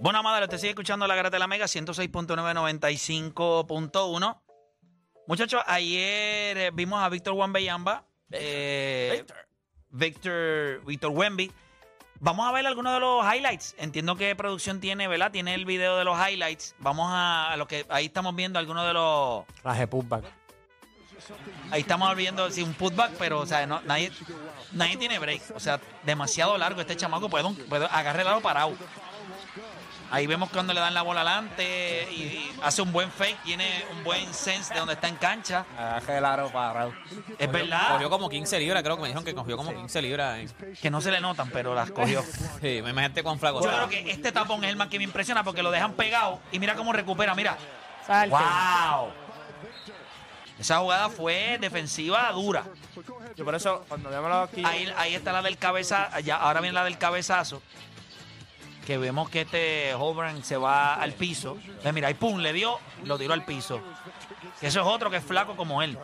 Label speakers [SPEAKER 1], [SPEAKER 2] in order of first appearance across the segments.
[SPEAKER 1] Bueno, Amador, usted sigue escuchando La Garata de la Mega, 106.995.1. Muchachos, ayer eh, vimos a Víctor Wembanyama. Eh, Víctor Víctor Wemby. Vamos a ver algunos de los highlights. Entiendo que producción tiene, ¿verdad? Tiene el video de los highlights. Vamos a, a lo que ahí estamos viendo algunos de los
[SPEAKER 2] Raje putback.
[SPEAKER 1] ahí estamos viendo sí, un putback, pero o sea, no- nadie nadie tiene break, o sea, demasiado largo este chamaco, puede, un- puede agarre el aro parado. Ahí vemos cuando le dan la bola adelante y, y hace un buen fake, tiene un buen sense de donde está en cancha.
[SPEAKER 2] Raje el aro parado.
[SPEAKER 1] Es verdad
[SPEAKER 3] Cogió como 15 libras, creo que me dijeron que cogió como 15 libras. en-
[SPEAKER 1] que no se le notan, pero las cogió.
[SPEAKER 3] Sí, me imagínate cuán flaco
[SPEAKER 1] Yo creo
[SPEAKER 3] estaba.
[SPEAKER 1] que este tapón es el más que me impresiona porque lo dejan pegado y mira cómo recupera, mira.
[SPEAKER 4] Salte.
[SPEAKER 1] ¡Wow! Esa jugada fue defensiva dura.
[SPEAKER 2] Yo por eso, cuando veamos aquí,
[SPEAKER 1] Ahí, ahí está la del cabeza, ya, ahora viene la del cabezazo. Que vemos que este Holbran se va al piso. Ve, mira, ahí pum, le dio, lo tiró al piso. Que eso es otro que es flaco como él.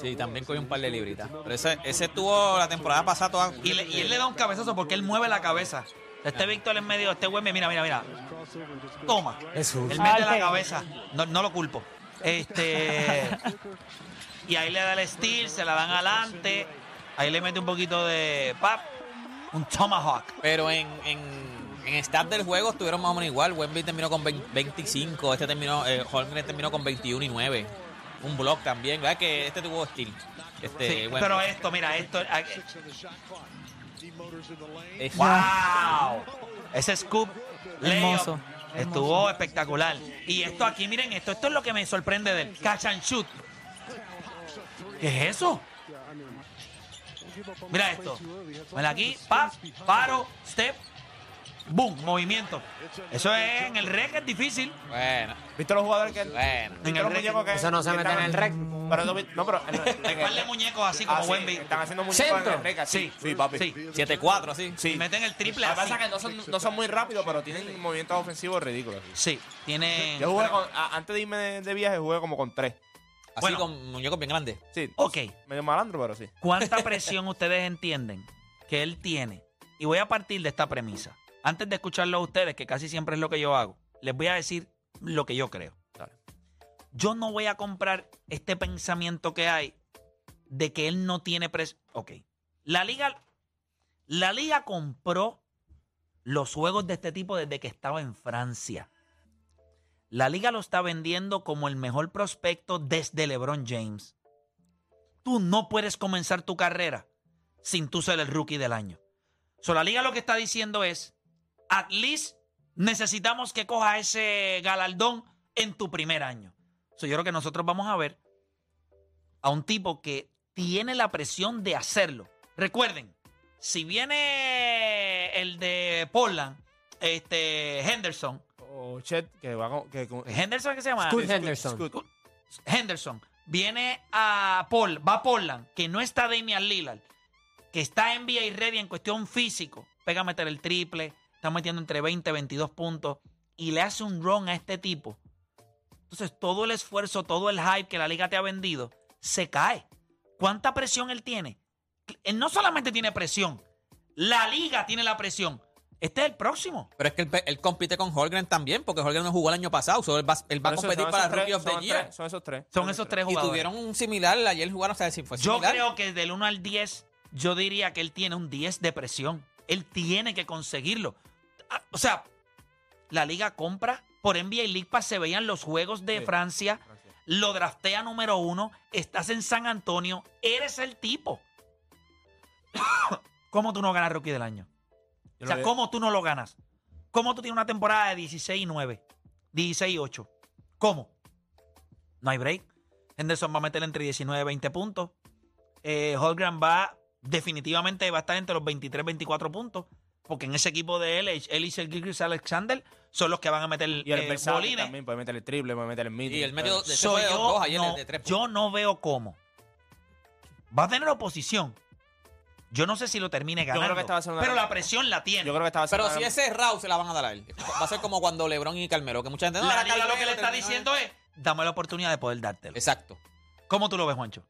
[SPEAKER 3] Sí, también cogió un par de libritas. Pero ese, ese estuvo la temporada pasada toda.
[SPEAKER 1] Y, le- y él le da un cabezazo porque él mueve la cabeza. Este Víctor en medio, este güey, mira, mira, mira. Toma.
[SPEAKER 2] Jesús.
[SPEAKER 1] Él mete la
[SPEAKER 4] Arte.
[SPEAKER 1] cabeza. No, no lo culpo. Este. y ahí le da el steal, se la dan adelante. Ahí le mete un poquito de pap. Un tomahawk.
[SPEAKER 3] Pero en, en, en stats del juego estuvieron más o menos igual. Wemby terminó con 20 25, este terminó, eh, Holmgren terminó con 21 y 9. Un block también, ¿verdad? Que este tuvo steal. Este,
[SPEAKER 1] Sí,
[SPEAKER 3] Wemby.
[SPEAKER 1] pero esto, mira, esto. ah,
[SPEAKER 3] Eh,
[SPEAKER 1] ¡Wow! Ese scoop
[SPEAKER 4] Hermoso,
[SPEAKER 1] layup estuvo espectacular. Y esto aquí, miren, esto, esto es lo que me sorprende del catch and shoot. ¿Qué es eso? Mira esto. Mira aquí, pa, paro, step, boom, movimiento. Eso es en el rec es difícil.
[SPEAKER 3] Bueno,
[SPEAKER 2] ¿viste los jugadores que.? ¿Viste
[SPEAKER 3] bueno.
[SPEAKER 1] En el
[SPEAKER 2] los
[SPEAKER 1] rec.
[SPEAKER 2] muñecos que.?
[SPEAKER 5] Eso no se mete en el rec.
[SPEAKER 2] Pero no, vi- no, pero.
[SPEAKER 1] Hay par de muñecos así como
[SPEAKER 2] Ah, sí,
[SPEAKER 1] Wemby.
[SPEAKER 2] Están haciendo muñecos en el rec. así.
[SPEAKER 1] Sí,
[SPEAKER 2] sí, papi.
[SPEAKER 1] Sí.
[SPEAKER 3] 7-4, así.
[SPEAKER 1] Y meten el triple
[SPEAKER 2] Lo que
[SPEAKER 1] así.
[SPEAKER 2] pasa es que no son, no son muy rápidos, pero tienen movimientos ofensivos ridículos.
[SPEAKER 1] Sí, tienen...
[SPEAKER 2] Yo jugué con, a- antes de irme de, de viaje, jugué como con tres.
[SPEAKER 3] Así
[SPEAKER 1] Bueno.
[SPEAKER 3] con muñecos bien grandes.
[SPEAKER 2] Sí.
[SPEAKER 1] Ok.
[SPEAKER 2] Medio malandro, pero sí.
[SPEAKER 1] ¿Cuánta presión ustedes entienden que él tiene? Y voy a partir de esta premisa. Antes de escucharlo a ustedes, que casi siempre es lo que yo hago, les voy a decir lo que yo creo.
[SPEAKER 2] Dale.
[SPEAKER 1] Yo no voy a comprar este pensamiento que hay de que él no tiene presión. Ok. La liga, la liga compró los juegos de este tipo desde que estaba en Francia. La liga lo está vendiendo como el mejor prospecto desde LeBron James tú no puedes comenzar tu carrera sin tú ser el rookie del año. So, la liga lo que está diciendo es, at least necesitamos que coja ese galardón en tu primer año. So, yo creo que nosotros vamos a ver a un tipo que tiene la presión de hacerlo. Recuerden, si viene el de Portland, este Henderson,
[SPEAKER 2] O Chet, que va con. Que, con
[SPEAKER 1] Henderson que se llama
[SPEAKER 5] Scoot Henderson.
[SPEAKER 2] Scoot.
[SPEAKER 1] Henderson viene a Paul, va a Portland, que no está Damian Lillard, que está en y ready en cuestión físico, pega a meter el triple, está metiendo entre 20 y 22 puntos y le hace un run a este tipo. Entonces, todo el esfuerzo, todo el hype que la liga te ha vendido se cae. ¿Cuánta presión él tiene? Él no solamente tiene presión, la liga tiene la presión. Este es el próximo.
[SPEAKER 3] Pero es que él, pe- él compite con Holgren también, porque Holgren no jugó el año pasado. so él va, él va a
[SPEAKER 2] Son esos-
[SPEAKER 3] competir
[SPEAKER 2] son
[SPEAKER 3] para
[SPEAKER 2] esos
[SPEAKER 3] Rookie
[SPEAKER 2] tres-
[SPEAKER 3] of the
[SPEAKER 2] son
[SPEAKER 3] Year.
[SPEAKER 2] tres- Son esos tres.
[SPEAKER 1] Son esos tres
[SPEAKER 3] Y
[SPEAKER 1] jugadores.
[SPEAKER 3] tuvieron un similar, ayer jugaron, o sea, si fue
[SPEAKER 1] Yo
[SPEAKER 3] similar.
[SPEAKER 1] creo que del 1 al 10, yo diría que él tiene un 10 de presión. Él tiene que conseguirlo. Ah, O sea, la liga compra. Por NBA League Pass se veían los juegos de
[SPEAKER 2] Sí.
[SPEAKER 1] Francia. Lo draftea número uno. Estás en San Antonio. Eres el tipo. ¿Cómo tú no ganas Rookie del Año?
[SPEAKER 2] Yo
[SPEAKER 1] o sea,
[SPEAKER 2] no veo-
[SPEAKER 1] ¿cómo tú no lo ganas? ¿Cómo tú tienes una temporada de 16 y 9? 16 y 8. ¿Cómo? No hay break. Henderson va a meter entre 19 y 20 puntos. Eh, Holgram va, definitivamente va a estar entre los 23 24 puntos. Porque en ese equipo de él, él y Sergio Chris Alexander son los que van a meter
[SPEAKER 2] Y el
[SPEAKER 1] eh,
[SPEAKER 2] versátil
[SPEAKER 1] bolines.
[SPEAKER 2] también puede meter el triple, puede meter el mid.
[SPEAKER 3] Y el medio de
[SPEAKER 1] So,
[SPEAKER 3] fue
[SPEAKER 1] yo,
[SPEAKER 3] dos ayer
[SPEAKER 1] no,
[SPEAKER 3] de tres puntos.
[SPEAKER 1] yo no veo cómo. Va a tener oposición. Yo no sé si lo termine
[SPEAKER 2] creo que
[SPEAKER 1] ganando.
[SPEAKER 2] esta va a ser una-
[SPEAKER 1] pero la presión la tiene.
[SPEAKER 2] Yo creo que estaba
[SPEAKER 3] Pero si
[SPEAKER 2] haciendo-
[SPEAKER 3] es cerrado, se la van a dar a él. Va a ser como cuando Lebron y Calmero, que mucha gente no
[SPEAKER 1] la
[SPEAKER 3] ahora
[SPEAKER 1] liga lo que le
[SPEAKER 3] Calmero
[SPEAKER 1] está
[SPEAKER 3] terminó-
[SPEAKER 1] diciendo es, dame la oportunidad de poder dártelo.
[SPEAKER 3] Exacto.
[SPEAKER 1] ¿Cómo tú lo ves, Juancho?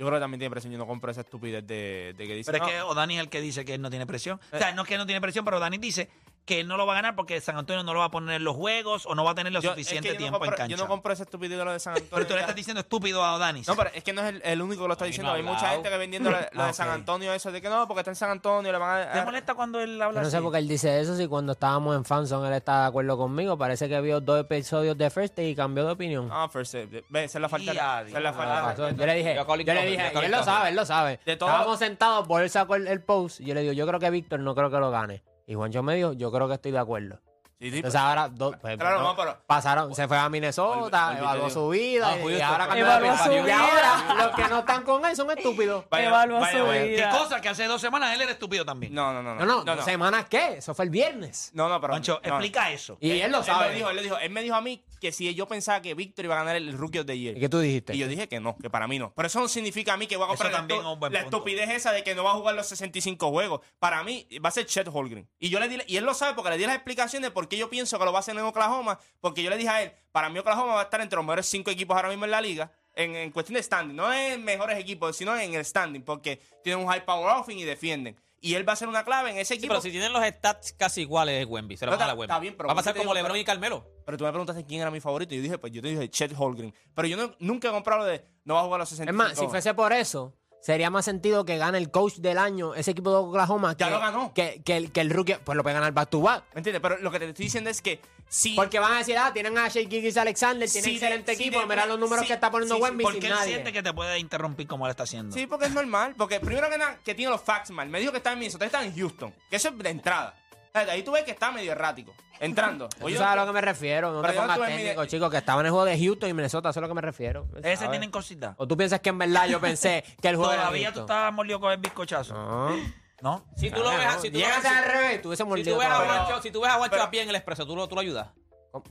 [SPEAKER 2] Yo creo que también tiene presión. Yo no compro esa estupidez de, de que dice.
[SPEAKER 1] Pero
[SPEAKER 2] "No,
[SPEAKER 1] es que O'Dani es el que dice que él no tiene presión. O
[SPEAKER 2] Eh.
[SPEAKER 1] sea, no es que él no tiene presión, pero O'Dani dice que él no lo va a ganar porque San Antonio no lo va a poner en los juegos o no va a tener lo
[SPEAKER 2] yo- es que
[SPEAKER 1] suficiente
[SPEAKER 2] yo no
[SPEAKER 1] tiempo
[SPEAKER 2] compro-
[SPEAKER 1] en cancha.
[SPEAKER 2] Yo no compro esa estupidez de lo de San Antonio.
[SPEAKER 1] pero tú le estás
[SPEAKER 2] ya.
[SPEAKER 1] diciendo estúpido a O'Dani.
[SPEAKER 2] No, pero es que no es el, el único que lo está
[SPEAKER 3] A mí no
[SPEAKER 2] diciendo.
[SPEAKER 3] ha
[SPEAKER 2] Hay mucha
[SPEAKER 3] hablado.
[SPEAKER 2] gente que vendiendo lo, lo de
[SPEAKER 1] Ah,
[SPEAKER 2] San
[SPEAKER 1] ok.
[SPEAKER 2] Antonio, eso de que no, porque está en San Antonio, le van a. Ah,
[SPEAKER 1] ¿Te molesta cuando él habla
[SPEAKER 4] Yo no sé
[SPEAKER 1] así?
[SPEAKER 4] por qué él dice eso, si cuando estábamos en Fanson él está de acuerdo conmigo. Parece que vio dos episodios de First Take y cambió de opinión.
[SPEAKER 2] Ah, first save. Ve, esa es la falta.
[SPEAKER 1] Ya,
[SPEAKER 2] esa es la
[SPEAKER 1] Dios.
[SPEAKER 4] Ah,
[SPEAKER 2] falta.
[SPEAKER 4] pasó. yo le dije,
[SPEAKER 3] Yo a Colin
[SPEAKER 4] yo le
[SPEAKER 3] Cowherd, yo a
[SPEAKER 4] dije, y
[SPEAKER 3] Colin
[SPEAKER 4] él lo
[SPEAKER 3] Cowherd.
[SPEAKER 4] sabe, él lo sabe.
[SPEAKER 2] De todo-
[SPEAKER 4] Estábamos sentados, por él sacó el, el post. Y yo le digo, yo creo que Víctor no creo que lo gane. Y Juancho me dijo, yo creo que estoy de acuerdo.
[SPEAKER 2] Sí, sí,
[SPEAKER 4] Entonces ahora dos- pues,
[SPEAKER 2] Claro,
[SPEAKER 4] no,
[SPEAKER 2] no, pero-
[SPEAKER 4] pasaron, se fue a Minnesota,
[SPEAKER 2] Olvi-
[SPEAKER 4] evaluó
[SPEAKER 2] olvídate.
[SPEAKER 4] su vida.
[SPEAKER 3] Ah,
[SPEAKER 4] y- y,
[SPEAKER 3] Houston,
[SPEAKER 4] ahora
[SPEAKER 3] pero-
[SPEAKER 4] cambió
[SPEAKER 5] Evaluó
[SPEAKER 4] de
[SPEAKER 5] su
[SPEAKER 4] opinión. Y
[SPEAKER 5] vida.
[SPEAKER 4] ahora los que no están con él son estúpidos.
[SPEAKER 2] Vaya-
[SPEAKER 5] Evalúa
[SPEAKER 2] vaya,
[SPEAKER 5] su
[SPEAKER 2] vaya.
[SPEAKER 5] vida.
[SPEAKER 1] ¿Qué cosa? Que hace dos semanas él era estúpido también.
[SPEAKER 2] No, no, no.
[SPEAKER 4] No, no, dos semanas qué, eso fue el viernes.
[SPEAKER 2] No, no, pero.
[SPEAKER 1] Juancho,
[SPEAKER 2] no.
[SPEAKER 1] explica eso.
[SPEAKER 4] Y él lo
[SPEAKER 2] Él
[SPEAKER 4] sabe.
[SPEAKER 2] me dijo, él le dijo, él me dijo a mí que si yo pensaba que Víctor iba a ganar el Rookie of the Year.
[SPEAKER 4] ¿Y qué tú dijiste?
[SPEAKER 2] Y yo dije que no, que para mí no. Pero eso no significa a mí que voy a comprar
[SPEAKER 1] Eso también
[SPEAKER 2] la, estu-
[SPEAKER 1] es un buen
[SPEAKER 2] la
[SPEAKER 1] punto.
[SPEAKER 2] estupidez esa de que no va a jugar los 65 juegos. Para mí va a ser Chet Holgren. Y yo le di, y él lo sabe porque le di las explicaciones de por qué yo pienso que lo va a hacer en Oklahoma. Porque yo le dije a él, para mí Oklahoma va a estar entre los mejores cinco equipos ahora mismo en la liga. En, en cuestión de standing, no en mejores equipos, sino en el standing, porque tienen un high power offense y defienden. Y él va a ser una clave en ese
[SPEAKER 3] Sí,
[SPEAKER 2] equipo.
[SPEAKER 3] pero si tienen los stats casi iguales de Wemby, se lo
[SPEAKER 2] No,
[SPEAKER 3] van a
[SPEAKER 2] está-
[SPEAKER 3] la Wemby.
[SPEAKER 2] está bien, pero
[SPEAKER 3] Va a
[SPEAKER 2] por eso
[SPEAKER 3] pasar
[SPEAKER 2] te
[SPEAKER 3] como
[SPEAKER 2] digo,
[SPEAKER 3] Lebron
[SPEAKER 2] pero-
[SPEAKER 3] y Carmelo.
[SPEAKER 2] Pero tú me preguntaste quién era mi favorito. Y yo dije, pues yo te dije Chet Holgren. Pero yo no- nunca he comprado de no va a jugar los 65
[SPEAKER 4] Es más, si
[SPEAKER 2] juegos.
[SPEAKER 4] fuese por eso, sería más sentido que gane el coach del año ese equipo de Oklahoma.
[SPEAKER 2] Ya
[SPEAKER 4] que,
[SPEAKER 2] lo ganó.
[SPEAKER 4] Que, que el, que el rookie, pues lo puede ganar back to back.
[SPEAKER 2] ¿Me entiendes? Pero lo que te estoy diciendo es que si.
[SPEAKER 4] Porque van a decir, ah, tienen a Shea Giggs Alexander,
[SPEAKER 2] Sí,
[SPEAKER 4] tienen
[SPEAKER 2] de-
[SPEAKER 4] excelente
[SPEAKER 2] sí,
[SPEAKER 4] equipo,
[SPEAKER 2] de-
[SPEAKER 4] mira los números
[SPEAKER 2] sí,
[SPEAKER 4] que está poniendo
[SPEAKER 2] sí, sí,
[SPEAKER 4] Wemby
[SPEAKER 1] Porque
[SPEAKER 4] sin
[SPEAKER 1] él
[SPEAKER 4] nadie.
[SPEAKER 1] siente que te puede interrumpir como él está haciendo.
[SPEAKER 2] Sí, porque es normal. Porque primero que nada, que tiene los facts mal. Me dijo que está en Minnesota, está en Houston. Que eso es de entrada. O sea, Ahí tú ves que está medio errático. Entrando.
[SPEAKER 4] Tú
[SPEAKER 2] Oye,
[SPEAKER 4] sabes a lo que me refiero, no
[SPEAKER 2] Pero
[SPEAKER 4] te
[SPEAKER 2] yo no
[SPEAKER 4] pongas
[SPEAKER 2] estuve en mi-
[SPEAKER 4] técnico, chicos, que estaba en el juego de Houston y Minnesota, eso es a lo que me refiero.
[SPEAKER 1] Ese
[SPEAKER 4] ¿sabes?
[SPEAKER 1] tienen cositas.
[SPEAKER 4] O tú piensas que en verdad yo pensé que el juego
[SPEAKER 1] Todavía
[SPEAKER 4] era
[SPEAKER 1] tú
[SPEAKER 4] Houston.
[SPEAKER 1] estabas molido con el bizcochazo.
[SPEAKER 4] No,
[SPEAKER 1] ¿No?
[SPEAKER 3] Si tú lo ves,
[SPEAKER 4] no,
[SPEAKER 3] si tú lo
[SPEAKER 4] llegas
[SPEAKER 3] ves-
[SPEAKER 4] al revés, tú ese
[SPEAKER 3] si tú
[SPEAKER 4] mordido.
[SPEAKER 3] ves a
[SPEAKER 4] otra vez.
[SPEAKER 3] Guancho, si tú ves a Guancho
[SPEAKER 2] pero-
[SPEAKER 3] a pie en el expreso, tú lo, tú lo ayudas.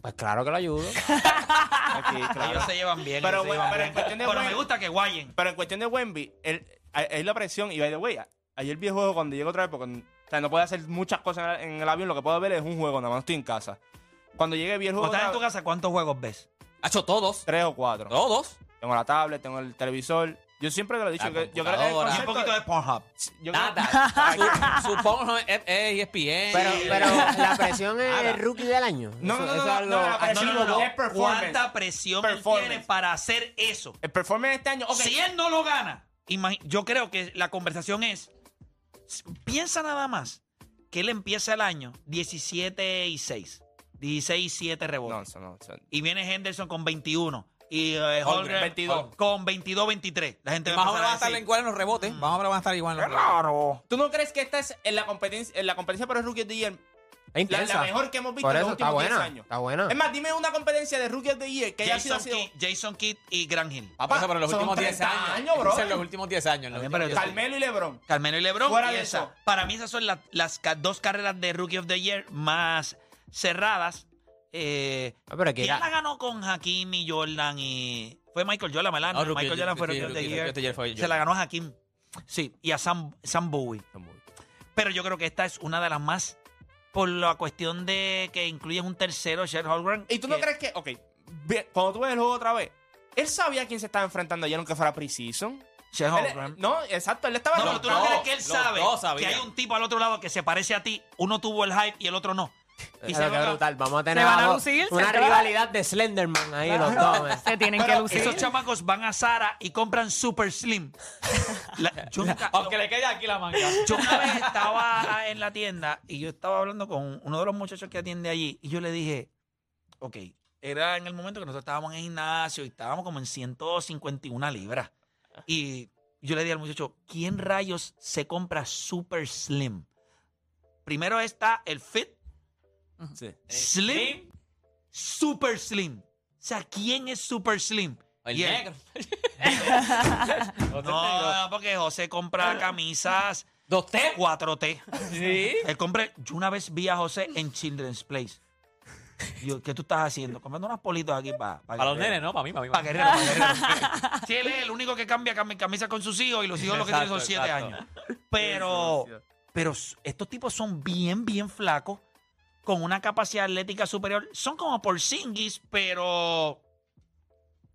[SPEAKER 4] Pues claro que lo ayudo.
[SPEAKER 2] aquí, claro.
[SPEAKER 1] Ellos se llevan bien.
[SPEAKER 2] Pero
[SPEAKER 1] ellos se
[SPEAKER 2] bueno,
[SPEAKER 1] llevan
[SPEAKER 2] pero
[SPEAKER 1] bien.
[SPEAKER 2] en cuestión de
[SPEAKER 1] Pero me
[SPEAKER 2] juego-
[SPEAKER 1] gusta que guayen.
[SPEAKER 2] Pero en cuestión de Wemby, él, a- él la presión. Y by the way, a- ayer vi el juego cuando llego otra vez. Porque o sea, no puedo hacer muchas cosas en el avión. Lo que puedo ver es un juego, nada más no estoy en casa. Cuando llegué vi el
[SPEAKER 1] Cuando
[SPEAKER 2] juego.
[SPEAKER 1] estás en
[SPEAKER 2] otra
[SPEAKER 1] tu
[SPEAKER 2] vez,
[SPEAKER 1] casa, ¿cuántos juegos ves?
[SPEAKER 3] Ha hecho todos.
[SPEAKER 2] Tres o cuatro.
[SPEAKER 3] Todos.
[SPEAKER 2] Tengo la tablet, tengo el televisor. Yo siempre te lo he dicho.
[SPEAKER 3] La
[SPEAKER 2] que- yo creo que el
[SPEAKER 3] computadora.
[SPEAKER 1] Y un
[SPEAKER 2] concepto-
[SPEAKER 1] poquito de Pornhub.
[SPEAKER 2] yo creo-
[SPEAKER 3] Nada. Su, su Pornhub es E es ESPN.
[SPEAKER 4] Pero, pero la presión es
[SPEAKER 3] Nada.
[SPEAKER 4] el rookie del año.
[SPEAKER 2] No,
[SPEAKER 4] Eso-
[SPEAKER 2] no, no, no,
[SPEAKER 4] eso es
[SPEAKER 2] no,
[SPEAKER 4] algo-
[SPEAKER 2] la
[SPEAKER 1] Ah, No, no, no, no.
[SPEAKER 2] Es performance.
[SPEAKER 1] ¿Cuánta presión él
[SPEAKER 2] Performance.
[SPEAKER 1] tiene para hacer eso?
[SPEAKER 2] El performance de este año. ok,
[SPEAKER 1] Si él no lo gana, imagi- yo creo que la conversación es, s- piensa nada más que él empieza el año 17 y 6, 16 y 7
[SPEAKER 2] No,
[SPEAKER 1] rebotes.
[SPEAKER 2] eso no. eso-
[SPEAKER 1] Y viene Henderson con 21 y eh,
[SPEAKER 3] Holmgren,
[SPEAKER 1] Holmgren
[SPEAKER 3] 22.
[SPEAKER 1] con 22, 23. La gente
[SPEAKER 3] Más o menos
[SPEAKER 1] empezar
[SPEAKER 3] van a Mm.
[SPEAKER 1] a
[SPEAKER 3] estar
[SPEAKER 1] decir,
[SPEAKER 3] igual en los rebotes. Más o menos van a estar igual en los rebotes.
[SPEAKER 2] Claro. ¿Tú no crees que esta es en la competencia, en la competencia para el Rookie of the Year
[SPEAKER 4] Es
[SPEAKER 2] la,
[SPEAKER 4] intensa.
[SPEAKER 2] la mejor que hemos visto
[SPEAKER 4] Por
[SPEAKER 2] en
[SPEAKER 4] eso
[SPEAKER 2] los
[SPEAKER 4] está
[SPEAKER 2] últimos 10
[SPEAKER 4] buena.
[SPEAKER 2] años?
[SPEAKER 4] Está buena.
[SPEAKER 2] Es más, dime una competencia de Rookie of the Year que haya sido
[SPEAKER 1] Jason,
[SPEAKER 2] así.
[SPEAKER 1] Kidd, Jason Kidd y Grant Hill.
[SPEAKER 3] Papá, eso, pero en los
[SPEAKER 2] son
[SPEAKER 3] últimos 10
[SPEAKER 2] 30
[SPEAKER 3] años.
[SPEAKER 2] años, bro.
[SPEAKER 3] Eso En los últimos 10 años. en los
[SPEAKER 1] También,
[SPEAKER 3] últimos
[SPEAKER 1] pero
[SPEAKER 3] 10 años.
[SPEAKER 2] Carmelo y Lebron.
[SPEAKER 1] Carmelo y Lebron.
[SPEAKER 2] Fuera
[SPEAKER 1] y
[SPEAKER 2] de
[SPEAKER 1] esa.
[SPEAKER 2] eso.
[SPEAKER 1] Para mí esas son la- las ca- dos carreras de Rookie of the Year más cerradas. Eh,
[SPEAKER 4] Ah, pero que
[SPEAKER 1] ¿Quién
[SPEAKER 4] era-
[SPEAKER 1] la ganó con Hakim y Jordan y... Fue Michael Jordan, ¿verdad?
[SPEAKER 3] No,
[SPEAKER 1] No,
[SPEAKER 3] Rookie
[SPEAKER 1] Michael
[SPEAKER 3] of the-
[SPEAKER 1] Jordan fue
[SPEAKER 3] sí,
[SPEAKER 1] Rookie of the
[SPEAKER 3] Rookie of the Year
[SPEAKER 1] Year.
[SPEAKER 3] fue
[SPEAKER 1] Se la
[SPEAKER 3] Jordan.
[SPEAKER 1] ganó a Hakim. Sí, y a Sam, Sam Bowie. Pero yo creo que esta es una de las más... Por la cuestión de que incluyen un tercero, Sher Holgren.
[SPEAKER 2] ¿Y tú no
[SPEAKER 1] que-
[SPEAKER 2] crees que.? Ok, ve- cuando tú ves el juego otra vez, él sabía a quién se estaba enfrentando ayer, aunque fuera Precision.
[SPEAKER 1] Sher Holgren.
[SPEAKER 2] No, exacto, él estaba.
[SPEAKER 1] No,
[SPEAKER 3] Los
[SPEAKER 1] pero tú no
[SPEAKER 3] dos,
[SPEAKER 1] crees que él
[SPEAKER 3] los
[SPEAKER 1] sabe
[SPEAKER 3] dos sabían.
[SPEAKER 1] que hay un tipo al otro lado que se parece a ti. Uno tuvo el hype y el otro no. Y
[SPEAKER 4] Claro,
[SPEAKER 1] se
[SPEAKER 4] qué
[SPEAKER 1] nota-
[SPEAKER 4] brutal. Vamos a tener
[SPEAKER 5] van a
[SPEAKER 4] algo-
[SPEAKER 5] lucir, se
[SPEAKER 4] una
[SPEAKER 5] te va-
[SPEAKER 4] rivalidad de Slenderman ahí los dos. eh.
[SPEAKER 5] Se tienen que
[SPEAKER 1] Pero
[SPEAKER 5] lucir.
[SPEAKER 1] esos chamacos van a Sara y compran Super Slim. La- yo nunca-
[SPEAKER 3] Aunque le quede aquí la manga.
[SPEAKER 1] Yo una vez estaba en la tienda y yo estaba hablando con uno de los muchachos que atiende allí y yo le dije, ok, era en el momento que nosotros estábamos en el gimnasio y estábamos como en 151 libras. Y yo le dije al muchacho, ¿quién rayos se compra Super Slim? Primero está el Fit
[SPEAKER 2] Sí.
[SPEAKER 1] Slim, Super Slim. O sea, ¿quién es Super Slim?
[SPEAKER 3] El
[SPEAKER 1] Y él,
[SPEAKER 3] negro. Otro negro.
[SPEAKER 1] No, porque José compra camisas
[SPEAKER 3] Dos T.
[SPEAKER 1] 4T.
[SPEAKER 3] Sí.
[SPEAKER 1] Él compré, yo una vez vi a José en Children's Place. Yo, ¿qué tú estás haciendo? Comprando unas politos aquí para
[SPEAKER 3] Para los nenes, ¿no? Para mí, para mí.
[SPEAKER 1] Para
[SPEAKER 3] Para
[SPEAKER 1] guerrero, pa' guerrero. Sí, él es el único que cambia cami- camisa con sus hijos y los hijos lo que tienen son 7
[SPEAKER 3] Exacto, exacto.
[SPEAKER 1] años. Pero, pero s- estos tipos son bien, bien flacos, con una capacidad atlética superior. Son como Porzingis, pero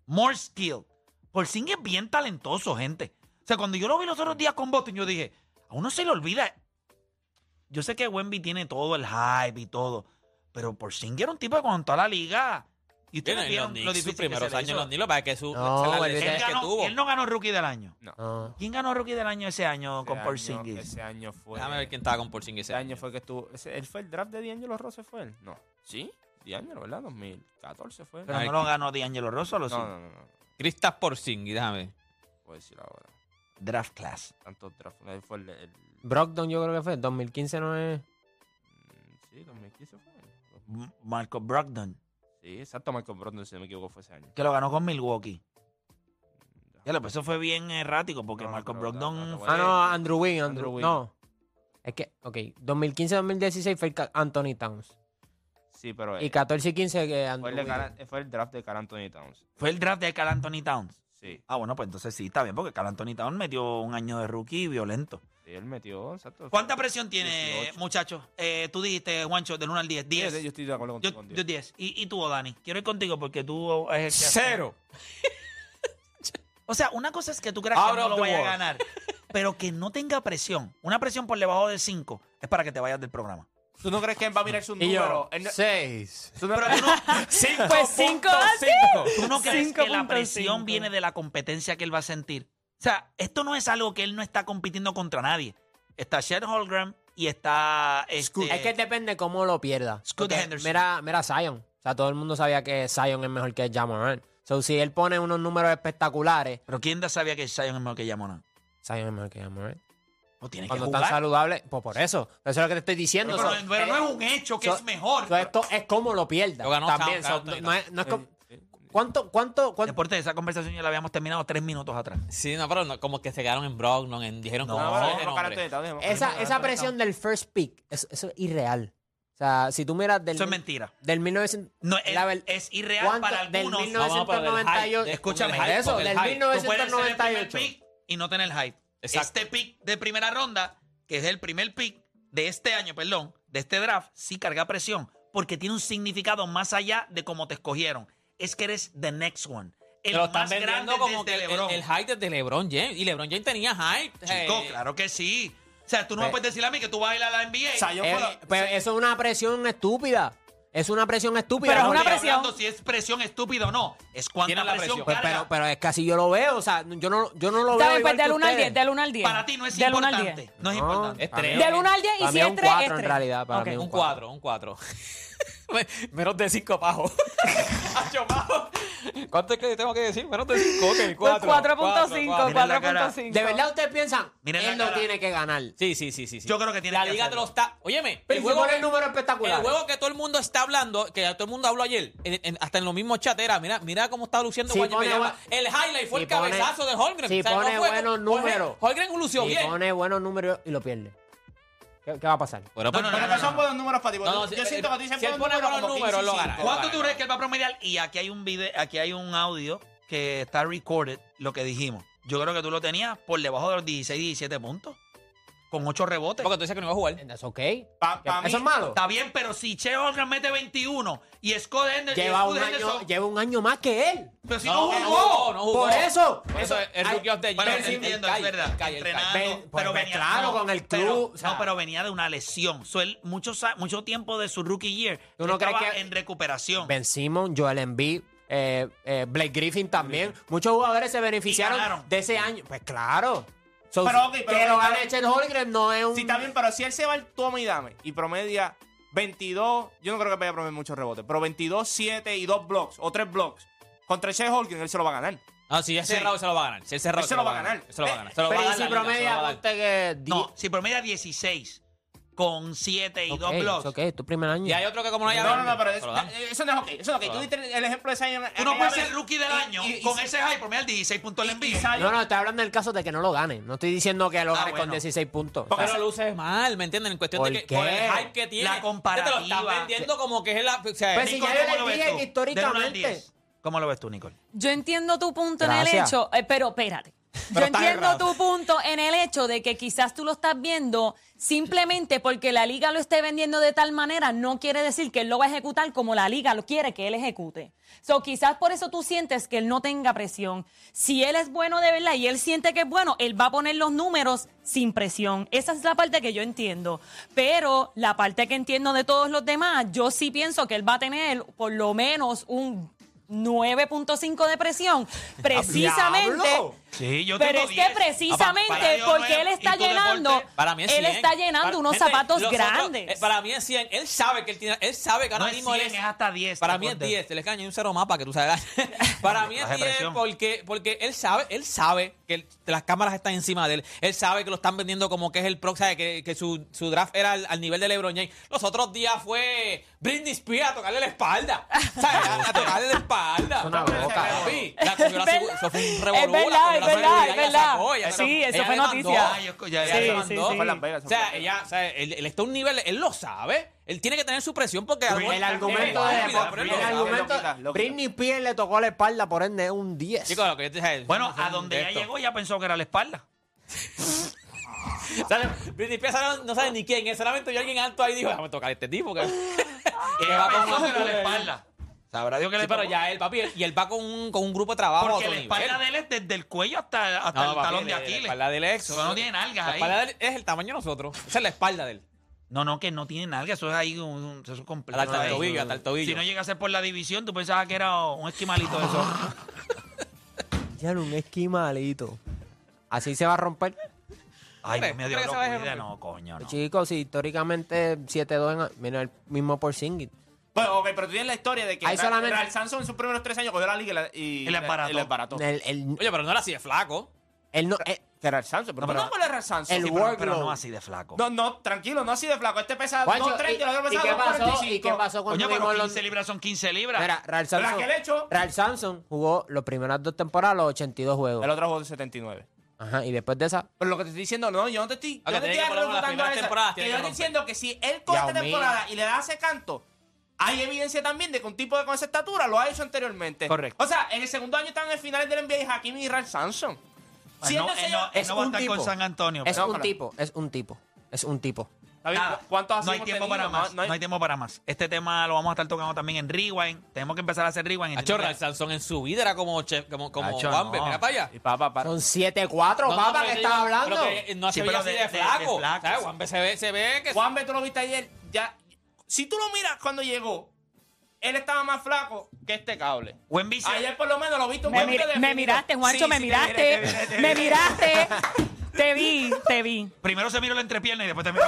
[SPEAKER 1] more skill. Porzingis es bien talentoso, gente. O sea, cuando yo lo vi los otros días con Boston, yo dije, a uno se le olvida. Yo sé que Wemby tiene todo el hype y todo, pero Porzingis era un tipo que cuando entró a la liga... Y ustedes
[SPEAKER 3] Bueno, y los
[SPEAKER 1] vieron lo
[SPEAKER 3] Knicks,
[SPEAKER 1] difícil
[SPEAKER 3] sus
[SPEAKER 1] que se
[SPEAKER 3] primeros
[SPEAKER 1] le
[SPEAKER 3] años
[SPEAKER 1] hizo.
[SPEAKER 3] en los Knicks, para que su
[SPEAKER 4] No,
[SPEAKER 3] se las
[SPEAKER 4] bueno,
[SPEAKER 3] lesiones
[SPEAKER 1] Él,
[SPEAKER 3] que
[SPEAKER 1] ganó-
[SPEAKER 3] tuvo.
[SPEAKER 1] él no ganó rookie del año.
[SPEAKER 4] No.
[SPEAKER 1] ¿Quién ganó rookie del año ese año con
[SPEAKER 2] año-
[SPEAKER 1] Porzingis?
[SPEAKER 2] Ese año fue.
[SPEAKER 3] Déjame ver quién estaba con Porzingis
[SPEAKER 2] Ese año fue que estuvo. ese- él fue el draft de D'Angelo Rose, fue él. No. ¿Sí? D'Angelo, ¿verdad? 2014 fue. él.
[SPEAKER 1] Pero
[SPEAKER 3] Ay,
[SPEAKER 1] no lo ganó D'Angelo Rosso, lo sí.
[SPEAKER 2] No, no, no, no.
[SPEAKER 3] Kristaps Porzingis, déjame.
[SPEAKER 2] Voy a decir ahora.
[SPEAKER 1] Draft class.
[SPEAKER 2] Tantos drafts. Él eh, fue el. el-
[SPEAKER 4] Brogdon yo creo que fue. 2015 no es... Ah,
[SPEAKER 2] mm, sí, 2015 fue. él.
[SPEAKER 1] M- Marco Brogdon,
[SPEAKER 2] Sí, exacto. Michael Brogdon, si no me equivoco, fue ese año.
[SPEAKER 1] que lo ganó con Milwaukee. Ya lo, pues eso fue bien errático porque
[SPEAKER 2] No, no,
[SPEAKER 1] Marco
[SPEAKER 2] pero-
[SPEAKER 1] Brogdon.
[SPEAKER 2] no, no,
[SPEAKER 1] fue-
[SPEAKER 4] Ah, no, Andrew Wynn.
[SPEAKER 2] Andrew
[SPEAKER 4] Andrew,
[SPEAKER 2] Wiggins.
[SPEAKER 4] No. Es que, ok, 2015-2016 fue el Ca- Anthony Towns.
[SPEAKER 2] Sí, pero.
[SPEAKER 4] Y
[SPEAKER 2] eh,
[SPEAKER 4] 14 y 15 que Andrew
[SPEAKER 2] fue, el de
[SPEAKER 4] Wiggins.
[SPEAKER 2] Karl- fue el draft de Carl Anthony Towns.
[SPEAKER 1] Fue el draft de Carl Anthony Towns.
[SPEAKER 2] Sí.
[SPEAKER 1] Ah, bueno, pues entonces sí, está bien, porque Carl Anthony Towns metió un año de rookie violento.
[SPEAKER 2] Sí, él metió. Exacto.
[SPEAKER 1] ¿Cuánta presión tiene,
[SPEAKER 2] 18.
[SPEAKER 1] muchachos? Eh, tú dijiste, Juancho, del 1 al 10. 10.
[SPEAKER 2] Sí, Yo estoy de acuerdo
[SPEAKER 1] Yo,
[SPEAKER 2] contigo. con
[SPEAKER 1] yo 10. Y, y tú, Dani, quiero ir contigo porque tú es el que hace- O sea, una cosa es que tú creas
[SPEAKER 3] Out
[SPEAKER 1] que no
[SPEAKER 3] of
[SPEAKER 1] lo
[SPEAKER 3] the
[SPEAKER 1] vaya
[SPEAKER 3] world.
[SPEAKER 1] a ganar, pero que no tenga presión. Una presión por debajo de 5 es para que te vayas del programa.
[SPEAKER 2] ¿Tú no crees que él va a mirar su
[SPEAKER 4] Y yo,
[SPEAKER 2] número? Él no-
[SPEAKER 4] 6.
[SPEAKER 2] ¿Tú no
[SPEAKER 1] Pero
[SPEAKER 2] crees-
[SPEAKER 1] tú no,
[SPEAKER 5] Pues cinco,
[SPEAKER 1] tú no crees que la
[SPEAKER 5] 5.5.
[SPEAKER 1] presión viene de la competencia que él va a sentir. O sea, esto no es algo que él no está compitiendo contra nadie. Está Shed Holgram y está este,
[SPEAKER 4] Es que depende cómo lo pierda.
[SPEAKER 1] Scoot
[SPEAKER 4] Porque
[SPEAKER 1] Henderson.
[SPEAKER 4] Mira, mira Zion. O sea, todo el mundo sabía que Zion es mejor que Jamoran. So, si él pone unos números espectaculares,
[SPEAKER 1] Pero quién da sabía que Zion es mejor que Yamona.
[SPEAKER 4] Zion es mejor que Jamoran.
[SPEAKER 1] No tiene que
[SPEAKER 4] Cuando están
[SPEAKER 1] jugar.
[SPEAKER 4] saludables, pues por eso. Eso es lo que te estoy diciendo.
[SPEAKER 1] Pero,
[SPEAKER 4] So,
[SPEAKER 1] pero no es un hecho que
[SPEAKER 4] so-
[SPEAKER 1] es mejor.
[SPEAKER 4] so esto es cómo lo pierda.
[SPEAKER 3] Lo ganó
[SPEAKER 4] También.
[SPEAKER 3] Towns,
[SPEAKER 4] so,
[SPEAKER 3] Towns,
[SPEAKER 4] no- no es- no es como-
[SPEAKER 2] Eh, eh,
[SPEAKER 4] ¿Cuánto, cuánto, cuánto?
[SPEAKER 1] Deporte, esa conversación ya la habíamos terminado tres minutos atrás.
[SPEAKER 3] Sí, no, pero no, como que se quedaron en Brogdon, en, dijeron
[SPEAKER 1] No,
[SPEAKER 3] como
[SPEAKER 2] No,
[SPEAKER 3] no,
[SPEAKER 2] no,
[SPEAKER 3] ese
[SPEAKER 2] no, Karl
[SPEAKER 3] nombre.
[SPEAKER 2] Anthony Towns, no,
[SPEAKER 4] Esa,
[SPEAKER 2] Karl
[SPEAKER 4] esa
[SPEAKER 2] Anthony
[SPEAKER 4] presión del first pick, eso, eso es irreal. O sea, si tú miras del,
[SPEAKER 1] Eso es mentira.
[SPEAKER 4] del 1900...
[SPEAKER 1] No, es,
[SPEAKER 4] La ver-
[SPEAKER 1] es irreal
[SPEAKER 4] ¿Cuánto?
[SPEAKER 1] para
[SPEAKER 4] Del
[SPEAKER 1] algunos.
[SPEAKER 4] 1900
[SPEAKER 3] No, no, pero del hype,
[SPEAKER 4] 1998.
[SPEAKER 3] de-
[SPEAKER 1] Escúchame,
[SPEAKER 3] con el
[SPEAKER 4] eso,
[SPEAKER 3] con el
[SPEAKER 4] del
[SPEAKER 3] hype.
[SPEAKER 4] 1900.
[SPEAKER 1] Tú puedes ser el primer
[SPEAKER 4] 1998.
[SPEAKER 1] pick y no tener hype.
[SPEAKER 3] Exacto.
[SPEAKER 1] Este pick de primera ronda, que es el primer pick de este año, perdón, de este draft, sí carga presión, porque tiene un significado más allá de cómo te escogieron. Es que eres the next one. El
[SPEAKER 3] Pero están
[SPEAKER 1] más grande
[SPEAKER 3] vendiendo como
[SPEAKER 1] desde
[SPEAKER 3] que el,
[SPEAKER 1] LeBron.
[SPEAKER 3] el hype de LeBron James. Y LeBron James tenía hype.
[SPEAKER 1] Chico,
[SPEAKER 3] Eh,
[SPEAKER 1] claro que sí. O sea, tú no me
[SPEAKER 4] Pe-
[SPEAKER 1] puedes decir a mí que tú vas a ir a la NBA.
[SPEAKER 2] O sea, yo
[SPEAKER 4] Eh,
[SPEAKER 2] puedo-
[SPEAKER 4] pues eso es una presión estúpida. Es una presión estúpida.
[SPEAKER 5] Pero es
[SPEAKER 4] No
[SPEAKER 5] una
[SPEAKER 4] te-
[SPEAKER 1] estoy
[SPEAKER 5] presión.
[SPEAKER 1] hablando si es presión estúpida o no. Es cuánta
[SPEAKER 3] Tiene la
[SPEAKER 1] presión,
[SPEAKER 3] presión.
[SPEAKER 4] Pues,
[SPEAKER 1] carga.
[SPEAKER 4] pero, pero es que así yo lo veo. O sea, yo no, yo no lo veo.
[SPEAKER 5] Está bien, pues
[SPEAKER 4] igual
[SPEAKER 5] del
[SPEAKER 4] que
[SPEAKER 5] 1 al 10,
[SPEAKER 4] ustedes.
[SPEAKER 5] del 1 al 10.
[SPEAKER 1] Para ti no es
[SPEAKER 5] Del uno al
[SPEAKER 1] importante. Eh,
[SPEAKER 4] No,
[SPEAKER 1] No es importante.
[SPEAKER 3] es
[SPEAKER 4] para mí
[SPEAKER 3] tres.
[SPEAKER 5] 10.
[SPEAKER 4] es-
[SPEAKER 5] Del 1 al 10 y
[SPEAKER 4] para
[SPEAKER 5] si
[SPEAKER 4] mí
[SPEAKER 5] es
[SPEAKER 4] es un
[SPEAKER 5] 3,
[SPEAKER 4] 4 en realidad. Para
[SPEAKER 5] Ok.
[SPEAKER 4] mí es
[SPEAKER 3] un 4, un 4. Menos de 5 bajo. Hacho, bajo. ¿Cuánto es que tengo que decir? Menos de 5, ok, 4.
[SPEAKER 5] 4.5,
[SPEAKER 1] Mira la cara.
[SPEAKER 5] 4.5.
[SPEAKER 4] De verdad ustedes piensan,
[SPEAKER 1] Mira la
[SPEAKER 4] él no
[SPEAKER 1] cara.
[SPEAKER 4] tiene que ganar.
[SPEAKER 3] Sí, sí, sí, sí. sí.
[SPEAKER 1] Yo creo que tiene
[SPEAKER 3] La
[SPEAKER 1] que
[SPEAKER 3] liga te
[SPEAKER 1] hacerlo.
[SPEAKER 3] lo está. Óyeme,
[SPEAKER 4] Pero
[SPEAKER 3] el
[SPEAKER 4] si
[SPEAKER 3] juego,
[SPEAKER 4] pone
[SPEAKER 3] que,
[SPEAKER 4] el número espectacular.
[SPEAKER 3] el juego que todo el mundo está hablando, que todo el mundo habló ayer, en- en- hasta en los mismos chateras, mira, mira cómo está luciendo
[SPEAKER 4] Si
[SPEAKER 3] Guayo
[SPEAKER 4] pone
[SPEAKER 3] Peñalba.
[SPEAKER 4] buen-
[SPEAKER 3] El highlight fue
[SPEAKER 4] si
[SPEAKER 3] el
[SPEAKER 4] pone-
[SPEAKER 3] cabezazo de Holgren.
[SPEAKER 4] si pone buenos números.
[SPEAKER 3] Holgren lució
[SPEAKER 4] Y
[SPEAKER 3] bien.
[SPEAKER 4] pone buenos números y lo pierde. ¿Qué, qué va a pasar?
[SPEAKER 3] Bueno, pues,
[SPEAKER 1] No, no,
[SPEAKER 2] Pero que son buenos números para ti.
[SPEAKER 3] No, no,
[SPEAKER 2] porque
[SPEAKER 3] si-
[SPEAKER 2] yo siento que tú
[SPEAKER 3] si
[SPEAKER 2] dices
[SPEAKER 3] él pone buenos números, lo gana.
[SPEAKER 1] ¿Cuánto tú crees que él va a promediar? Y aquí hay un video, aquí hay un audio que está recorded, lo que dijimos. Yo creo que tú lo tenías por debajo de los 16, 17 puntos. con 8 rebotes.
[SPEAKER 3] Porque tú dices que no iba a jugar.
[SPEAKER 4] ¿Es ok?
[SPEAKER 2] Pa- pa mí-
[SPEAKER 4] ¿Eso es malo?
[SPEAKER 1] Está bien, pero si Che Holgren mete 21 y Scott Henderson. y
[SPEAKER 4] Lleva
[SPEAKER 1] Scoot
[SPEAKER 4] un, año,
[SPEAKER 1] Henderson-
[SPEAKER 4] lleva un año más que él.
[SPEAKER 1] pero si no,
[SPEAKER 3] no
[SPEAKER 1] jugó.
[SPEAKER 3] jugó, no jugó.
[SPEAKER 4] Por eso.
[SPEAKER 3] Por eso es el
[SPEAKER 4] Ay,
[SPEAKER 3] rookie of the
[SPEAKER 1] Bueno,
[SPEAKER 3] year.
[SPEAKER 4] sí,
[SPEAKER 1] entiendo,
[SPEAKER 3] El
[SPEAKER 1] es
[SPEAKER 3] Kai,
[SPEAKER 1] verdad.
[SPEAKER 3] el Kai, el Kai.
[SPEAKER 1] entrenando,
[SPEAKER 4] Ven, pues,
[SPEAKER 1] pero
[SPEAKER 4] pues,
[SPEAKER 1] venía,
[SPEAKER 4] claro, con el
[SPEAKER 1] pero-
[SPEAKER 4] club, o sea.
[SPEAKER 1] no, pero venía de una lesión. So, él, mucho, sa- mucho tiempo de su rookie year
[SPEAKER 4] ¿Tú no crees
[SPEAKER 1] estaba
[SPEAKER 4] que-
[SPEAKER 1] en recuperación.
[SPEAKER 4] Ben Simon, Joel Embiid, eh, eh, Blake Griffin también. Muchos jugadores se beneficiaron
[SPEAKER 1] ganaron.
[SPEAKER 4] de ese año. Pues claro. So,
[SPEAKER 2] Pero, ok, pero-
[SPEAKER 4] que lo gane Chet Holgren no es un...
[SPEAKER 2] Sí, está bien, pero si él se va al toma y dame y promedia 22, yo no creo que vaya a promediar muchos rebotes, pero 22, 7 y 2 blocks o 3 blocks contra Shea Holgren, él se lo va a ganar.
[SPEAKER 3] No, si es
[SPEAKER 1] Sí.
[SPEAKER 3] cerrado, se lo va a ganar. Si es cerrado,
[SPEAKER 2] Él se lo va a ganar.
[SPEAKER 3] Se lo va a ganar. Se lo va a
[SPEAKER 4] pero y
[SPEAKER 3] ganar.
[SPEAKER 4] si
[SPEAKER 3] la liga, se lo va a
[SPEAKER 4] promedia,
[SPEAKER 3] ganar.
[SPEAKER 4] ponte que... di-
[SPEAKER 1] No, si promedia 16 con 7 y 2
[SPEAKER 4] Ok,
[SPEAKER 1] blocks.
[SPEAKER 4] es ok, es tu primer año.
[SPEAKER 3] Y hay otro que como no haya
[SPEAKER 2] No, no,
[SPEAKER 3] ganado,
[SPEAKER 2] no, pero
[SPEAKER 3] se
[SPEAKER 2] eso,
[SPEAKER 3] lo dan.
[SPEAKER 2] eso no es ok. Eso no es ok. Tú
[SPEAKER 3] dan.
[SPEAKER 2] diste el ejemplo de Zion.
[SPEAKER 1] Tú
[SPEAKER 5] Eh,
[SPEAKER 1] no puedes ser
[SPEAKER 2] Y-
[SPEAKER 1] rookie del
[SPEAKER 2] y-
[SPEAKER 1] año
[SPEAKER 2] y- y-
[SPEAKER 1] con
[SPEAKER 2] y-
[SPEAKER 1] ese high promedio 16 puntos
[SPEAKER 2] y-
[SPEAKER 1] el
[SPEAKER 2] y
[SPEAKER 1] envío.
[SPEAKER 2] Zion-
[SPEAKER 4] No, no, estoy hablando del caso de que no lo gane. No estoy diciendo que lo
[SPEAKER 1] Ah,
[SPEAKER 4] gane con
[SPEAKER 1] bueno.
[SPEAKER 4] 16 puntos.
[SPEAKER 3] Porque
[SPEAKER 4] O sea,
[SPEAKER 3] lo luces mal, ¿me entienden? En cuestión
[SPEAKER 4] ¿Por
[SPEAKER 3] de que
[SPEAKER 4] qué?
[SPEAKER 3] por el hype que tiene.
[SPEAKER 1] La comparativa.
[SPEAKER 3] Te lo estás vendiendo como que es la. O sea,
[SPEAKER 4] Pues
[SPEAKER 3] es-
[SPEAKER 4] si
[SPEAKER 1] Nicole,
[SPEAKER 4] ya yo
[SPEAKER 1] ¿cómo lo
[SPEAKER 4] les
[SPEAKER 1] ves
[SPEAKER 4] dije
[SPEAKER 1] tú?
[SPEAKER 4] que
[SPEAKER 1] Del uno al
[SPEAKER 4] históricamente...
[SPEAKER 1] 10, ¿Cómo lo ves tú, Nicole?
[SPEAKER 5] Yo entiendo tu punto en el
[SPEAKER 4] Gracias.
[SPEAKER 5] hecho, eh, pero espérate.
[SPEAKER 2] Pero
[SPEAKER 5] Yo
[SPEAKER 2] estás
[SPEAKER 5] entiendo
[SPEAKER 2] errado.
[SPEAKER 5] tu punto en el hecho de que quizás tú lo estás viendo simplemente porque la liga lo esté vendiendo de tal manera, no quiere decir que él lo va a ejecutar como la liga lo quiere que él ejecute. So, quizás por eso tú sientes que él no tenga presión. Si él es bueno de verdad y él siente que es bueno, él va a poner los números sin presión. Esa es la parte que yo entiendo. Pero la parte que entiendo de todos los demás, yo sí pienso que él va a tener por lo menos un 9.5 de presión, precisamente.
[SPEAKER 4] ¡Diablo!
[SPEAKER 1] Sí, yo
[SPEAKER 5] pero
[SPEAKER 1] tengo
[SPEAKER 5] es que
[SPEAKER 1] 10.
[SPEAKER 5] precisamente
[SPEAKER 1] Papá, para Dios,
[SPEAKER 5] porque
[SPEAKER 1] nueve.
[SPEAKER 5] él
[SPEAKER 1] Y
[SPEAKER 5] está
[SPEAKER 1] tú de
[SPEAKER 5] llenando,
[SPEAKER 1] fuerte,
[SPEAKER 3] Para mí es
[SPEAKER 5] él
[SPEAKER 3] 100.
[SPEAKER 5] está llenando
[SPEAKER 3] Para-
[SPEAKER 5] unos
[SPEAKER 3] gente,
[SPEAKER 5] zapatos
[SPEAKER 3] los otros-
[SPEAKER 5] grandes.
[SPEAKER 3] eh, para mí es 100. Él sabe que él tiene. Él sabe que ahora
[SPEAKER 1] No es
[SPEAKER 3] mismo él
[SPEAKER 1] 100, es hasta 10,
[SPEAKER 3] Para mí es
[SPEAKER 1] recuerde.
[SPEAKER 3] 10. Se le caña hay un cero más para que tú sabes. para mí es
[SPEAKER 1] Baje
[SPEAKER 3] 10
[SPEAKER 1] presión.
[SPEAKER 3] porque, porque él sabe él sabe que el- las cámaras están encima de él. Él sabe que lo están vendiendo como que es el pro. sabe Que, que su, su draft era al, al nivel de LeBron James. Los otros días fue Britney Spears a tocarle la espalda. ¿Sabes? A, a tocarle la espalda.
[SPEAKER 4] Es una loca.
[SPEAKER 3] Papi, la cogió la
[SPEAKER 5] Es
[SPEAKER 3] segu- Eso fue un
[SPEAKER 5] verdad,
[SPEAKER 3] revolú. la cogió la
[SPEAKER 5] es verdad,
[SPEAKER 3] seguridad,
[SPEAKER 5] es
[SPEAKER 3] ella
[SPEAKER 5] verdad.
[SPEAKER 3] sacó, ella-
[SPEAKER 5] Sí,
[SPEAKER 3] ella
[SPEAKER 5] eso fue
[SPEAKER 3] demandó.
[SPEAKER 5] noticia.
[SPEAKER 1] Ah, yo- ya-
[SPEAKER 5] Sí,
[SPEAKER 1] ya-
[SPEAKER 5] sí,
[SPEAKER 3] mandó.
[SPEAKER 5] sí.
[SPEAKER 2] Fue en Las Vegas.
[SPEAKER 3] O sea, ella, o sea, él, él está a un nivel, él lo sabe. Él tiene que tener su presión porque a lo mejor-
[SPEAKER 4] El argumento
[SPEAKER 3] Él
[SPEAKER 4] de...
[SPEAKER 3] es estúpido, pero él
[SPEAKER 4] El
[SPEAKER 3] lo sabe.
[SPEAKER 4] argumento...
[SPEAKER 2] Lo quita, lo quita.
[SPEAKER 4] Britney Spears le tocó la espalda, por ende es un 10.
[SPEAKER 3] Chicos, lo que yo te dije.
[SPEAKER 1] Bueno,
[SPEAKER 3] no sé
[SPEAKER 1] a donde ya
[SPEAKER 3] esto.
[SPEAKER 1] llegó ya pensó que era la espalda.
[SPEAKER 3] Sale- Britney Spears sale- no sabe ni quién es. Solamente yo alguien alto ahí dijo, déjame tocar a este tipo. Que, que
[SPEAKER 1] Ella
[SPEAKER 3] va con
[SPEAKER 1] pensó que
[SPEAKER 3] un-
[SPEAKER 1] era la espalda. Sabrá Dios que
[SPEAKER 3] Sí,
[SPEAKER 1] le
[SPEAKER 3] pero
[SPEAKER 1] tocó.
[SPEAKER 3] ya él, papi, él- y él va con un, con un grupo de trabajo.
[SPEAKER 1] Porque
[SPEAKER 3] a
[SPEAKER 1] la
[SPEAKER 3] otro
[SPEAKER 1] espalda
[SPEAKER 3] nivel.
[SPEAKER 1] de él es desde el cuello hasta, hasta
[SPEAKER 3] No,
[SPEAKER 1] el
[SPEAKER 3] papi,
[SPEAKER 1] talón
[SPEAKER 3] la-
[SPEAKER 1] de
[SPEAKER 3] la
[SPEAKER 1] Aquiles.
[SPEAKER 3] espalda del ex.
[SPEAKER 1] Eso no tiene nalgas
[SPEAKER 3] La
[SPEAKER 1] ahí.
[SPEAKER 3] espalda de él es el tamaño de nosotros. Esa es la espalda de él.
[SPEAKER 1] No, no, que no tiene nalgas. Eso es ahí, un- un- eso es completo.
[SPEAKER 3] Hasta el
[SPEAKER 1] ahí.
[SPEAKER 3] tobillo, hasta el tobillo.
[SPEAKER 1] Si no llegase por la división, tú pensabas que era un esquimalito de eso.
[SPEAKER 4] Ya era un esquimalito. Así se va a romper.
[SPEAKER 1] Ay, Dios
[SPEAKER 3] ¿Crees?
[SPEAKER 1] mío, Dios
[SPEAKER 3] ¿Crees que
[SPEAKER 1] lo
[SPEAKER 3] se va a dejar
[SPEAKER 1] cuide.
[SPEAKER 3] romper?
[SPEAKER 1] No, coño, no.
[SPEAKER 4] Chicos, si históricamente 7-2 en... Mira, el mismo por Singing.
[SPEAKER 2] Bueno, ok, pero tú tienes la historia de que
[SPEAKER 4] Ahí
[SPEAKER 2] Ra-
[SPEAKER 4] solamente-
[SPEAKER 2] Ralph Sampson en sus primeros tres años cogió la liga y la- y
[SPEAKER 1] Y la embarató.
[SPEAKER 2] la embarató.
[SPEAKER 4] El, el,
[SPEAKER 3] Oye, pero no era así de flaco.
[SPEAKER 4] el no... eh,
[SPEAKER 2] Que Ralph Sampson, pero
[SPEAKER 1] No, pero-
[SPEAKER 2] no por el Ralph Sampson.
[SPEAKER 4] El
[SPEAKER 2] Sí,
[SPEAKER 1] Sí, pero, pero
[SPEAKER 4] workload.
[SPEAKER 1] no así de flaco.
[SPEAKER 2] No, no, tranquilo, no así de flaco. Este pesa
[SPEAKER 4] Juancho,
[SPEAKER 2] 2.30, el otro
[SPEAKER 4] ¿y, ¿y
[SPEAKER 2] pesa
[SPEAKER 4] qué pasó?
[SPEAKER 2] 2.45.
[SPEAKER 4] ¿Y qué pasó cuando
[SPEAKER 1] Coño, pero
[SPEAKER 4] vimos los...
[SPEAKER 1] 15 libras son 15 libras.
[SPEAKER 4] Mira, Ralph
[SPEAKER 2] ¿Verdad
[SPEAKER 4] Sampson,
[SPEAKER 2] que le echó?
[SPEAKER 4] Ralph Sampson jugó las primeras dos temporadas los 82 juegos.
[SPEAKER 2] El otro jugó de 79.
[SPEAKER 4] Ajá, y después de esa...
[SPEAKER 2] Pero lo que te estoy diciendo, no, yo no te estoy.
[SPEAKER 3] Ok,
[SPEAKER 2] yo no te
[SPEAKER 3] tiene que
[SPEAKER 2] estoy
[SPEAKER 3] por lo menos las
[SPEAKER 2] refutando
[SPEAKER 3] primeras
[SPEAKER 2] esa.
[SPEAKER 3] temporadas
[SPEAKER 2] Que
[SPEAKER 3] tiene
[SPEAKER 2] yo
[SPEAKER 3] que
[SPEAKER 2] estoy
[SPEAKER 3] romper.
[SPEAKER 2] diciendo que si él coge
[SPEAKER 4] Dios
[SPEAKER 2] esta
[SPEAKER 4] mío.
[SPEAKER 2] temporada y le da ese canto, hay evidencia también de que un tipo de con esa estatura lo ha hecho anteriormente.
[SPEAKER 1] Correcto.
[SPEAKER 2] O sea, en el segundo año están en el final del NBA Hakimi y Ralph Sampson.
[SPEAKER 1] Ay, Pues no,
[SPEAKER 2] él
[SPEAKER 1] él no-
[SPEAKER 2] se-
[SPEAKER 1] él no va a estar con San Antonio.
[SPEAKER 4] Es
[SPEAKER 1] pero-
[SPEAKER 4] un
[SPEAKER 2] pero-
[SPEAKER 4] tipo, es un tipo, es un tipo.
[SPEAKER 2] Está bien,
[SPEAKER 1] Nada,
[SPEAKER 2] ¿Cuántos así
[SPEAKER 1] no hay
[SPEAKER 2] hemos
[SPEAKER 1] tiempo
[SPEAKER 2] tenido?
[SPEAKER 1] para más. No hay... tiempo para más. Este tema lo vamos a estar tocando también en Rewind. Tenemos que empezar a hacer Rewind.
[SPEAKER 3] Acho, Ralph Sampson en su vida era como chef, como, como
[SPEAKER 1] Acho,
[SPEAKER 3] Juanbe.
[SPEAKER 1] no.
[SPEAKER 3] Mira para allá.
[SPEAKER 2] Y pa, pa, pa.
[SPEAKER 4] Son 7-4, papá,
[SPEAKER 3] pero
[SPEAKER 4] que
[SPEAKER 3] yo
[SPEAKER 4] estás
[SPEAKER 3] digo,
[SPEAKER 4] hablando.
[SPEAKER 3] pero que no
[SPEAKER 1] Sí,
[SPEAKER 3] se veía
[SPEAKER 1] pero
[SPEAKER 3] así
[SPEAKER 1] de-
[SPEAKER 3] de,
[SPEAKER 1] de- de
[SPEAKER 3] flaco.
[SPEAKER 1] flaco,
[SPEAKER 3] ¿Sabes?
[SPEAKER 1] sí.
[SPEAKER 3] Juanbe se ve, se ve que...
[SPEAKER 2] Juan tú lo viste ayer, ya. Si tú lo miras cuando llegó, él estaba más flaco que este cable.
[SPEAKER 1] Buen vicio.
[SPEAKER 2] Ayer por lo menos lo viste un
[SPEAKER 5] Me,
[SPEAKER 2] poquito
[SPEAKER 5] mir- me
[SPEAKER 2] definido.
[SPEAKER 5] miraste, Juancho,
[SPEAKER 2] Sí,
[SPEAKER 5] me
[SPEAKER 2] sí, te miré,
[SPEAKER 5] miraste,
[SPEAKER 2] te miré, te
[SPEAKER 5] me
[SPEAKER 2] miré.
[SPEAKER 5] miraste, te vi, te vi.
[SPEAKER 1] Primero se miró la entrepierna y después te miró.